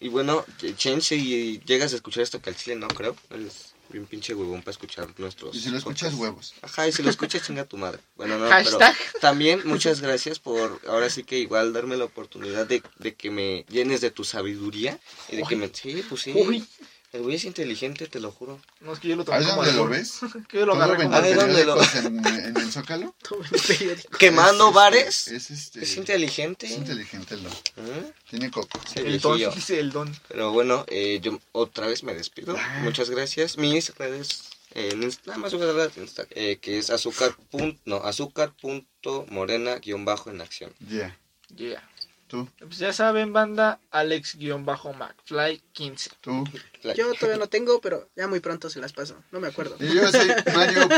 C: y bueno, Chen, si llegas a escuchar esto que al chile no creo, es- bien pinche huevón para escuchar
D: Pues,
C: nuestros.
B: Y si lo escuchas,
C: podcasts.
B: huevos.
C: Ajá, y si lo escuchas, chinga tu madre. Bueno, no,
D: Hashtag.
C: pero también muchas gracias por ahora sí que igual darme la oportunidad de, de que me llenes de tu sabiduría y de que me. Sí, pues sí.
D: Uy,
C: El güey es inteligente, te lo juro.
D: no es que yo lo tomé
B: ¿Ahí
D: como
B: donde lo
D: albur.
B: ves?
D: Que yo lo
B: ¿Tú lo
D: agarré como
C: Ahí
B: vendes
D: albur.
C: donde lo-
B: periódicos en, en el Zócalo?
E: Todo el periódico.
C: Quemando
B: Es, este,
C: bares.
B: Es, este,
C: Es inteligente.
B: es inteligente, lo.
C: ¿Mm?
B: Tiene coco.
C: Ese
D: El don,
C: viejillo.
D: dice el don.
C: Pero bueno, eh, yo otra vez me despido. Muchas gracias. Mis redes, eh, en Inst- nada más voy a dar las de Insta, eh, que es azúcar. pun- no, azúcar.morena guión bajo en acción.
B: Ya.
D: Yeah.
B: Tú,
D: Pues ya saben, banda, Alex-McFly15.
B: tú.
C: La-
E: Yo todavía no tengo, pero ya muy pronto se las paso. No me acuerdo.
B: Y yo soy Mario.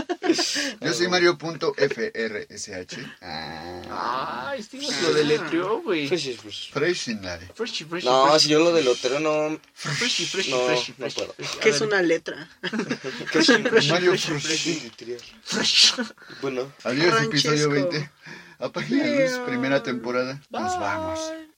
B: Yo soy Mario.frsh. Ah.
D: Ay, este güey lo deletreó, güey.
C: Pues, pues, pues.
B: Fresh in Lare.
D: Freshy, freshy,
C: No, si
D: freshy.
C: yo lo delotero no. [CLEARS THROAT]
D: Freshy, freshy,
C: No,
D: freshy,
C: no
D: freshy,
C: puedo.
D: freshy. A
E: Que es
D: ver,
E: una letra.
B: Mario
D: Fresh.
B: Fresh.
D: freshy.
C: Bueno.
B: Adiós, episodio
E: Francesco.
B: 20. Apague la luz,
E: Yeah.
B: primera temporada. Nos
D: Bye.
B: vamos.